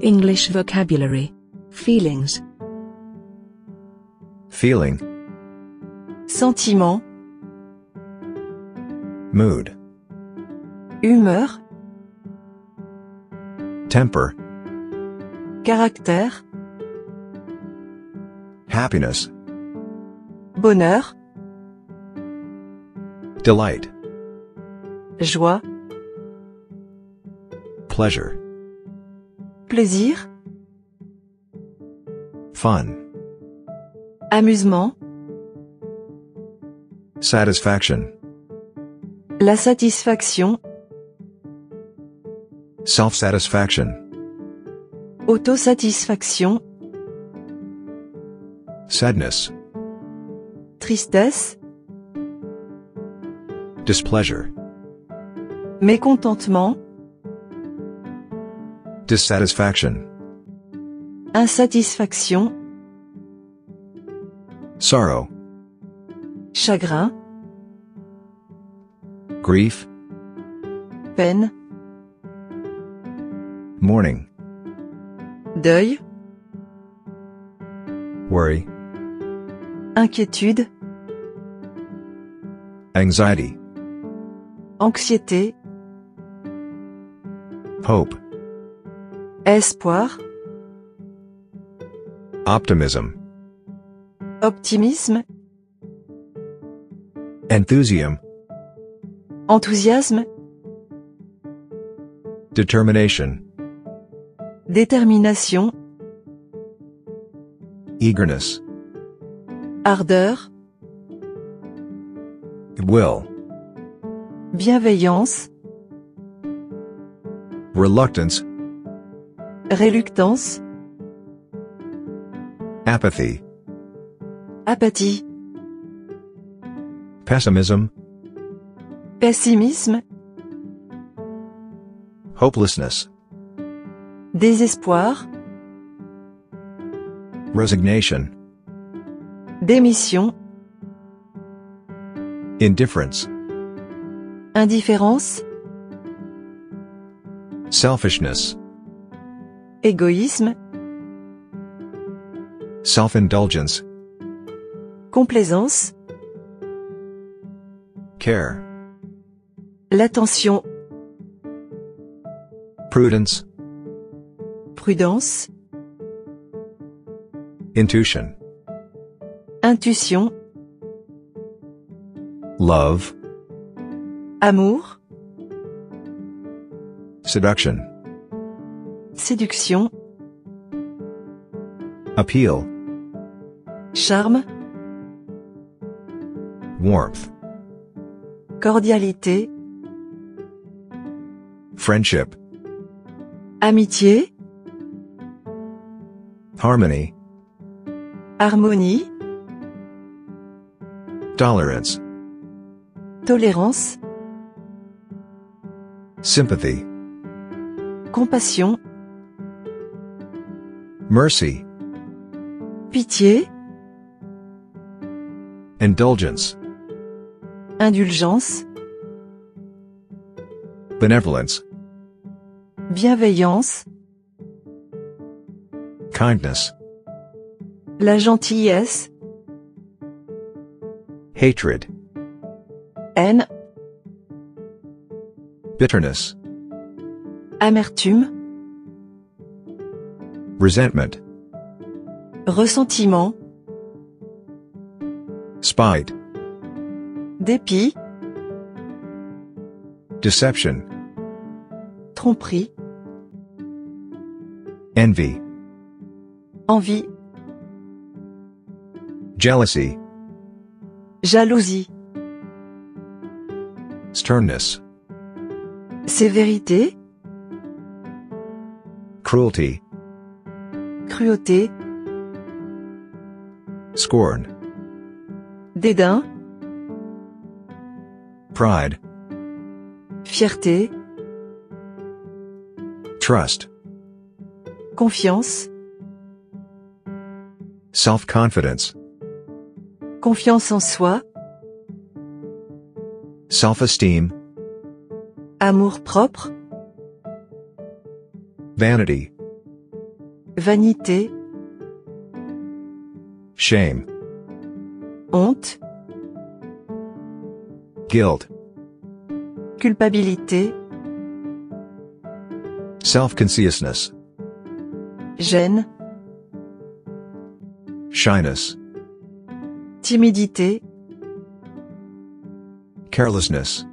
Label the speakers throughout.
Speaker 1: English vocabulary. Feelings.
Speaker 2: feeling,
Speaker 3: sentiment,
Speaker 2: mood,
Speaker 3: humeur,
Speaker 2: temper,
Speaker 3: caractère,
Speaker 2: happiness,
Speaker 3: bonheur,
Speaker 2: delight,
Speaker 3: joie,
Speaker 2: pleasure,
Speaker 3: plaisir,
Speaker 2: fun,
Speaker 3: amusement,
Speaker 2: satisfaction,
Speaker 3: la satisfaction,
Speaker 2: self satisfaction,
Speaker 3: autosatisfaction,
Speaker 2: sadness,
Speaker 3: tristesse,
Speaker 2: displeasure,
Speaker 3: mécontentement,
Speaker 2: dissatisfaction,
Speaker 3: insatisfaction,
Speaker 2: sorrow,
Speaker 3: chagrin,
Speaker 2: grief,
Speaker 3: peine,
Speaker 2: mourning,
Speaker 3: deuil,
Speaker 2: worry,
Speaker 3: inquiétude,
Speaker 2: anxiety,
Speaker 3: anxiété,
Speaker 2: hope,
Speaker 3: espoir,
Speaker 2: optimism,
Speaker 3: optimisme,
Speaker 2: enthusiasm,
Speaker 3: enthousiasme,
Speaker 2: determination,
Speaker 3: détermination,
Speaker 2: eagerness,
Speaker 3: ardeur,
Speaker 2: will,
Speaker 3: bienveillance,
Speaker 2: reluctance,
Speaker 3: réluctance,
Speaker 2: apathy,
Speaker 3: apathie,
Speaker 2: pessimism,
Speaker 3: pessimisme,
Speaker 2: hopelessness,
Speaker 3: désespoir,
Speaker 2: resignation,
Speaker 3: démission,
Speaker 2: indifference,
Speaker 3: indifférence,
Speaker 2: selfishness,
Speaker 3: égoïsme,
Speaker 2: self indulgence,
Speaker 3: complaisance,
Speaker 2: care.
Speaker 3: l'attention,
Speaker 2: prudence,
Speaker 3: prudence,
Speaker 2: intuition,
Speaker 3: intuition,
Speaker 2: love,
Speaker 3: amour,
Speaker 2: seduction,
Speaker 3: séduction,
Speaker 2: appeal,
Speaker 3: charme,
Speaker 2: warmth,
Speaker 3: cordialité,
Speaker 2: friendship,
Speaker 3: amitié,
Speaker 2: harmony,
Speaker 3: harmonie,
Speaker 2: tolerance,
Speaker 3: tolérance,
Speaker 2: sympathy,
Speaker 3: compassion,
Speaker 2: mercy,
Speaker 3: pitié,
Speaker 2: indulgence,
Speaker 3: indulgence,
Speaker 2: benevolence,
Speaker 3: bienveillance,
Speaker 2: kindness,
Speaker 3: la gentillesse,
Speaker 2: hatred,
Speaker 3: haine,
Speaker 2: bitterness,
Speaker 3: amertume,
Speaker 2: resentment,
Speaker 3: ressentiment,
Speaker 2: spite,
Speaker 3: dépit,
Speaker 2: deception,
Speaker 3: tromperie,
Speaker 2: envy,
Speaker 3: envie,
Speaker 2: jealousy,
Speaker 3: jalousie,
Speaker 2: sternness,
Speaker 3: sévérité,
Speaker 2: cruelty,
Speaker 3: cruauté,
Speaker 2: scorn,
Speaker 3: dédain,
Speaker 2: pride,
Speaker 3: fierté,
Speaker 2: trust,
Speaker 3: confiance,
Speaker 2: self confidence,
Speaker 3: confiance en soi,
Speaker 2: self esteem,
Speaker 3: amour propre,
Speaker 2: vanity,
Speaker 3: vanité,
Speaker 2: shame,
Speaker 3: honte,
Speaker 2: guilt,
Speaker 3: culpabilité,
Speaker 2: self consciousness,
Speaker 3: gêne,
Speaker 2: shyness,
Speaker 3: timidité,
Speaker 2: carelessness,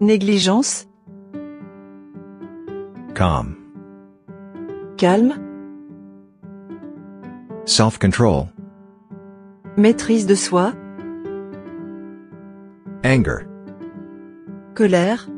Speaker 3: négligence,
Speaker 2: calm,
Speaker 3: calme,
Speaker 2: self control,
Speaker 3: maîtrise de soi,
Speaker 2: anger,
Speaker 3: colère,